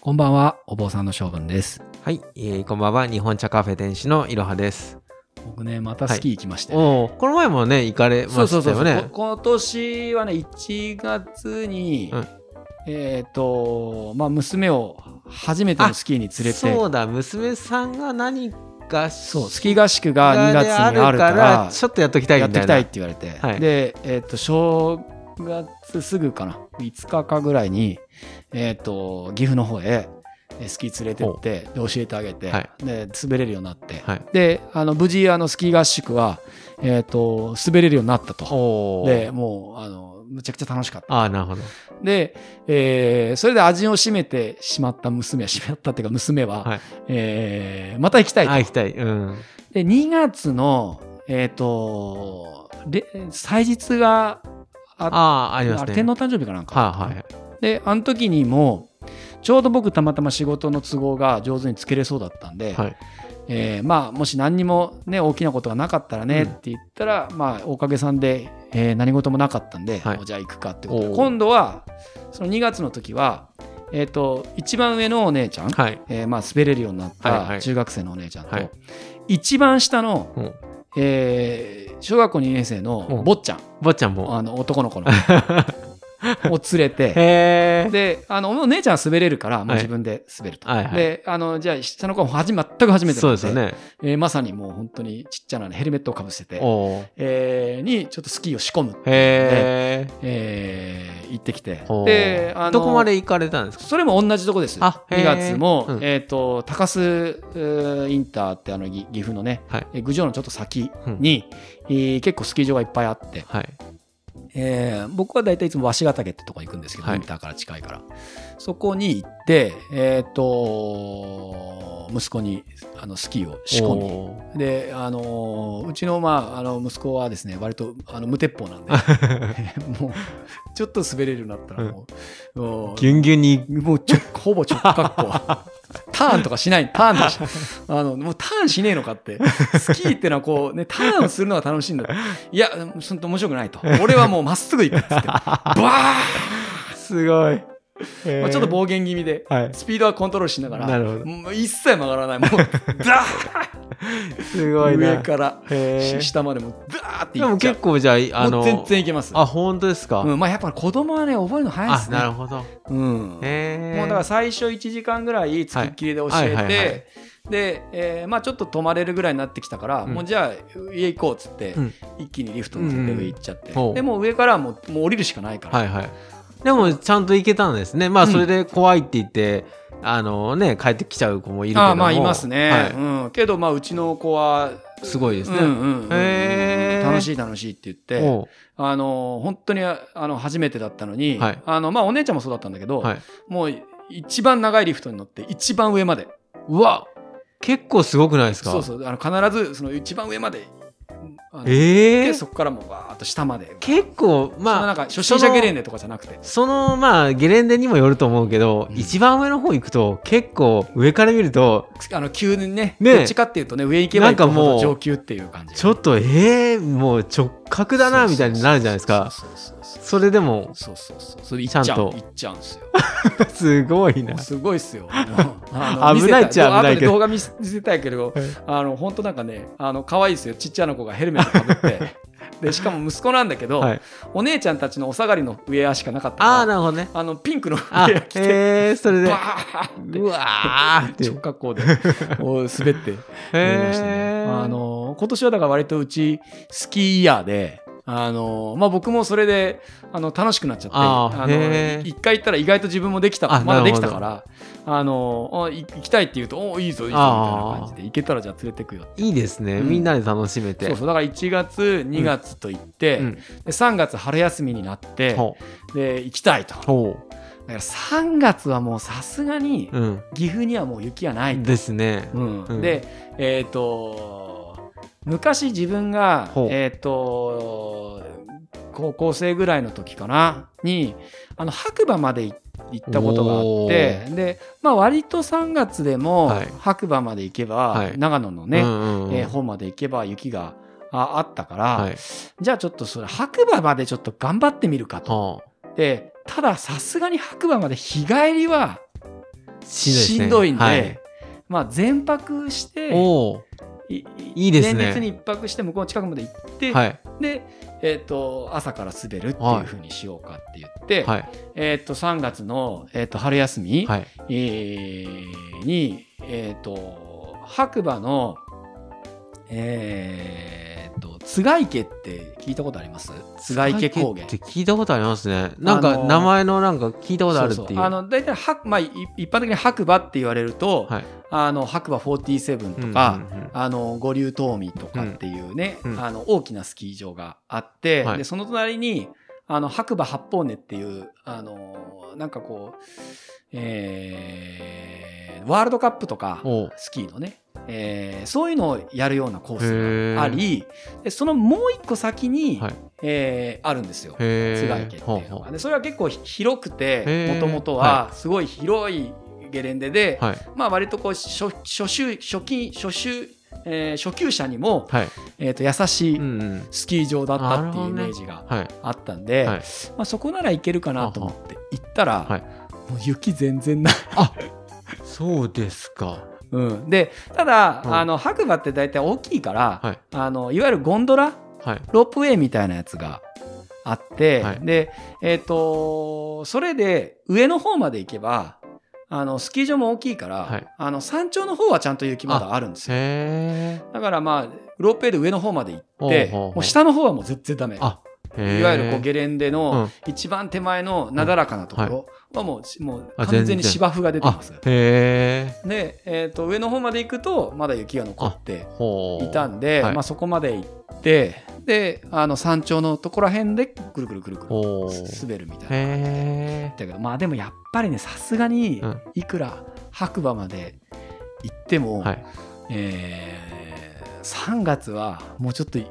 こんばんは、お坊さんの性分です。はい、えーこんばんは。日本茶カフェ店主のいろはです。僕ね、またスキー行きまして、ねおお、この前もね、行かれましたよね。こ今年はね、1月に、うんえっ、と、まあ、娘を初めてのスキーに連れそて、うだ、娘さんが何かしそう、スキー合宿が2月にあるから、ちょっとやっときたいやっみてきたいな。たいって言われて、はいで、えっ、と、正月すぐかな、5日かぐらいに、えっ、と、岐阜の方へ、えスキー連れてって、で教えてあげて、はいで、滑れるようになって、はい。で、あの、無事、あの、スキー合宿は、えっ、と、滑れるようになったと。おお。で、もう、あの、むちゃくちゃ楽しかった。ああ、なるほど。で、えーそれで味を占めてしまった娘は、 しまったっていうか娘は、はいえーまた行きたいとあ行きたい。うん。で、2月の、えっ、と、れ祭日がああっあ、ありますあれね。天皇誕生日かなんか。はいはい。で、あの時にも、ちょうど僕たまたま仕事の都合が上手につけれそうだったんで、はい。えーまあ、もし何にもね、大きなことがなかったらねって言ったら、まあ、おかげさんで、えー何事もなかったんで、はいおじゃあ行くかってことでおー今度は、その2月の時は、えっ、と、一番上のお姉ちゃん、はい。えーまあ、滑れるようになっはいはたい中学生のお姉ちゃんと、はい一番下の、うんえー小学校2年生のうん坊ちゃん、坊ちゃんも。あの男の 子のを連れてへえ。であのお姉ちゃんは滑れるからもうはい自分で滑ると、はいはいであのじゃあ下の子ははじ全く初めてなそんでうですよね。えーまさにもう本当にちっちゃなねヘルメットをかぶせて、おお。えーにちょっとスキーを仕込む、へえ。えー行ってきておーであのどこまで行かれたんですかそれも同じとこです。あへ2ー月も、うんえっ、と、高須うーインターってあのぎ岐阜のね、はいえー郡上のちょっと先に、えー結構スキー場がいっぱいあって、はい。えー僕は大体いつも鷲ヶ岳ってとこ行くんですけど、はいインターから近いから。そこに行って、えっ、と、息子にあのスキーを仕込んで、で、おあのーうちの,、まあ、あの息子はですね、割とあの無鉄砲 なんで、ーもう、ちょっと滑れるようになったらもう、もうギュンギュンに。もうちょほぼ直角行 ターンとかしないターンとかしあのもうターンしねえのかってスキーってのはこうねターンをするのが楽しいんだいやそんと面白くないと俺はもうまっすぐ行くっつってバーン、すごい。まあ、ちょっと棒。暴言気味ではい。スピードはコントロールしながらなるほどもう一切曲がらないもうダすごーいンな。上からへーし下までもうダーってで行もっちゃう結構じゃあ、あもの、う全然いけますあ、本当ですか、うん、まあやっぱ子供はね覚えるの早いであす、ねなるほど。うん、へえ。もうだから最初1時間ぐらいつきっきりで教はえいはいはいはてい、で、えーまあちょっと泊まれるぐらいになってきたから、うんもうじゃあ上行こうっつって、うん一気にリフト乗せて上行っちゃって、うんうんでもう上からはもうもう降りるしかないから、はいはい。でも、ちゃんと行けたんですね。まあ、それで怖いって言って、あのね、帰ってきちゃう子もいるけども。ああまあいますね、はうん、けどまあうちの子は、い。すごいですね。うんうんうんへー楽しい楽しいって言っておうあの本当にあの初めてだったのに、はいあのまあ、お姉ちゃんもそうだったんだけど、はい。もう一番長いリフトに乗って一番上までうわ結構すごくないですかそうう。そうあの必ずその一番上まであのええでそこからもうわーっと下まで結構、そんなまなあ、んか初心者ゲレンデ。デとかじゃなくてそのまあゲレンデにもよると思うけど、うん一番上の方行くと結構上から見るとあの急にねねえどっちかっていうとね上行けば行くなんかほもどう上級っていう感じちょっとええもう直角だなみたいになるじゃないですかそうそうそうそれでもそうそうそうそうそれ行ちゃっんちゃうと行っちゃうんですよ すごいなもう すごいっすよあの 危ないっちゃ危ない見せたけど動画見せ見せたいけどあの本当なんかねあの可愛いですよちっちゃな子がヘルメットかぶって でしかも息子なんだけど、はいお姉ちゃんたちのお下がりのウェアしかなかったからああなるほどねあのピンクのウあェア着てえー、それでバーンってうわーって直角 行でお滑ってやりましたねへーあの今年はだから割とうちスキーイヤーで。あのまあ、僕もそれであの楽しくなっちゃってあーへのー一回行ったら意外と自分もできたあまだなできるほどたからあのあい行きたいって言うと「おいいぞいいぞ」みたいな感じで行けたらじゃあ連れてくよいいですね、うんみんなで楽しめてそうそうだから1月2月と行って、うんで3月春休みになってほで行きたいとだうかほら3月はもうさすがにううん岐阜にはもう雪はないとですねうんうんで、えっ、と昔自分が、ほうえっ、と高校生ぐらいの時かなにあの白馬まで行ったことがあってで、まあ、割と3月でもはい白馬まで行けば、はい長野のね、うんうんうんえー方まで行けば雪がああったから、はいじゃあちょっとそれ白馬までちょっと頑張ってみるかと。はでたださすがに白馬まで日帰りはししんどいですね。んどいんではい、まあ、全泊しておーいいいですね前日に1泊して向こうの近くまで行って、はい。で、えっと朝から滑るっていうふうにしようかって言って、はい。えっと3月の、えっと春休み、はい。えーに、えっと白馬の、えっと津賀池って聞いたことあります津賀池高原って聞いたことありますね。なんか、あのー名前のなんか聞いたことあるっていう。そうそうあの大体白、まあ、い一般的に白馬って言われると、はいあの白馬47とか、あの五竜東海とかっていうね、うんうんあの大きなスキー場があって、はいでその隣にあの白馬八方根っていうあのなんかこう、えーワールドカップとかおうスキーのね、えーそういうのをやるようなコースへーがありでそのもう一個先に、はいえーあるんですよ。へ津ー賀池っていうのほうがほでそれは結構広くてへーもともとはすごい広いゲレンデで、うはい。まあ割とこう初初週初期初週、えー初級者にも、はい。えー、と優しいうんうん。スキー場だったっていうなるほどイメねージがはい。あったんで、はいまあ、そこならいけるかなと思って行ったら、はいもう雪全然ない、 そうですか。うん、でただ、うんあの白馬って大体大きいから、はい。あのいわゆるゴンドラはい。ロープウェイみたいなやつがあって、はいで、えっ、と、それで上の方まで行けば、あの、スキー場も大きいから、はいあの、山頂の方はちゃんと雪まだあるんですよ。へーだからまあ、ロープウェイで上の方まで行って、ほうほうほうもう下の方はもう全然ダメ。あへーいわゆるこうゲレンデのうん一番手前のなだらかなところはもう,、もう完あ全全に然芝生が出てます。あへで、えっと上の方まで行くとまだ雪が残ってーほういたんで、はいまあ、そこまで行ってであの山頂のところらへんでぐるぐるぐるぐるほうす滑るみたいな感じでへだけどまあでもやっぱりねさすがにうんいくら白馬まで行っても、ーはいえー3月はもうちょっとい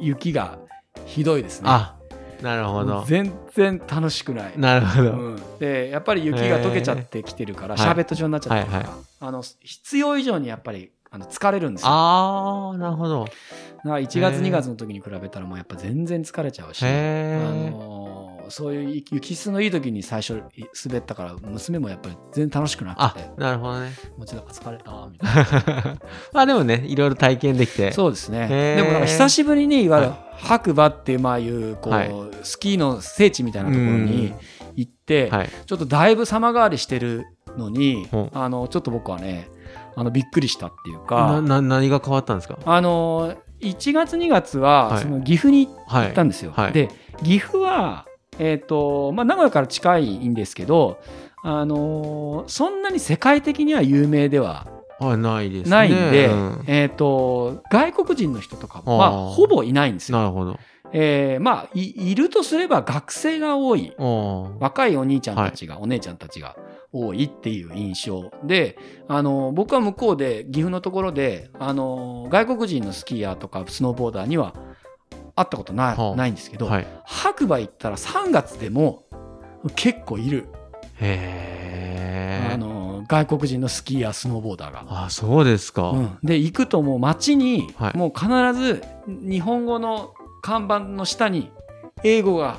雪がひどいですね。あなるほもどう全然楽しくない。なるほどうん、でやっぱり雪が溶けちゃってきてるから、へーシャーベット状になっちゃってるから、はいはあの必要以上にやっぱりあの疲れるんですよ。あーなるほどだから1月へー2月の時に比べたらもうやっぱ全然疲れちゃうし、あへーのーそういう雪雪質のいい時に最初い滑ったから娘もやっぱり全然楽しくなあくてなるほどね もうちょっと疲れたわみたいなまあでもねいろいろ体験できてそうですねへーでもなんか久しぶりにいわゆるは白馬っていうまあいうこう、はいスキーの聖地みたいなところに行って、はいちょっとだいぶ様変わりしてるのに、うんあのちょっと僕はねあのびっくりしたっていうなかな何が変わったんですかあの1月2月ははいその岐阜に行はっいたんですよ。はいで岐阜は、えーとまあ、名古屋から近いんですけど、あのそんなに世界的には有名でははいないですねないんで、うんえー、と外国人の人とかは、あーほぼいないんですよ。なるほどえーまあ、いいるとすれば学生が多いおー若いお兄ちゃんたちが、お姉ちゃんたちが多いっていう印象であの僕は向こうで岐阜のところであの外国人のスキーヤーとかスノーボーダーには会ったことな,、はあないんですけど、はい白馬行ったら3月でも結構いる、へあーの外国人のスキーヤースノーボーダーが。あそうですかうん、で行くともう街に、はいもう必ず日本語の看板の下に英語が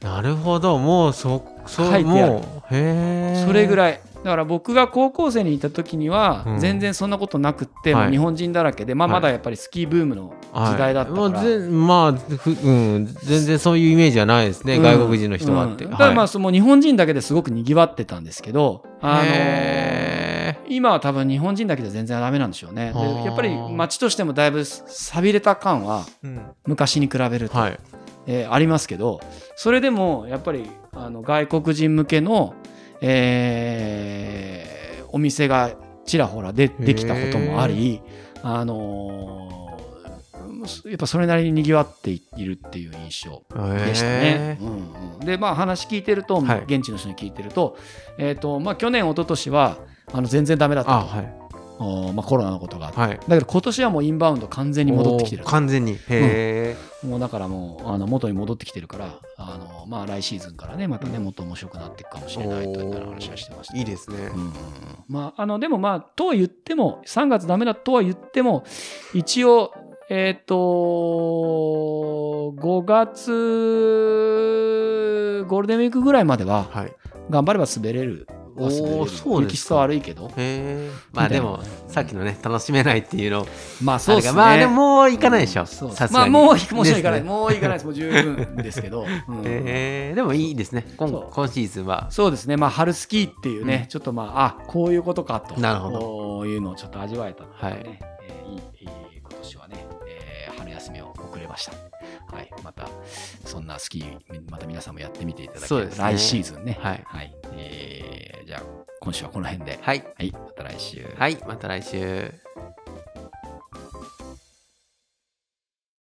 なるほどもうそそう書いてあるもうへそれぐいらいだから僕が高校生にいた時にはうん全然そんなことなくって、もうはい日本人だらけで、まあ、はまいだやっぱりスキーブームの時代だったから、はいもう全まあふうん、全然そういうイメージはないですね、うん外国人の人がって、うんはだかいらまあ、その日本人だけですごくにぎわってたんですけどあのへ今は多分日本人だけじゃ全然ダメなんでしょうねあーでやっぱり街としてもだいぶ寂れた感はーうん昔に比べると、はいえーありますけどそれでもやっぱりあの外国人向けの、えーお店がちらほらでできたこともあり、あのーやっぱそれなりににぎわっているっていう印象でしたねへ。うんうんでまあ話聞いてると、はい現地の人に聞いてると,、えーとまあ、去年一昨年はあの全然ダメだっーあたはいとおまあ、コロナのことがあって。はいだけど今年はもうインバウンド完全に戻ってきてるおー完全にへえ、もうだからもうあの元に戻ってきてるからあの、まあ、来シーズンからねまたねもっと面白くなっていくかもしれないというような話はしてました、いいですねうんうんうんまあ、あのでもまあとは言っても3月ダメだとは言っても一応えっ、と5月ゴールデンウィークぐらいまでははい頑張れば滑れる遊べれるおーそうですか雪質は悪いけどへえまあでもみたいなさっきのね楽しめないっていうのまああそうれですがねまあでももう行かないでしょそさうすがにまあもうひもちろん行かない、ですねもう行かないですもう十分ですけ ど、うんえーでもいいですねそう今今シーズンはそうですねまあ春スキーっていうね、うんちょっとまああこういうことかとなるほどこういうのをちょっと味わえたので、ねはいえーいいいい今年はね、えー春休みを送れましたはいまたそんなスキーまた皆さんもやってみていただけそうれば、ですね来シーズンねはいはい、えーじゃあ今週はこの辺ではいはいまた来週はいまた来週。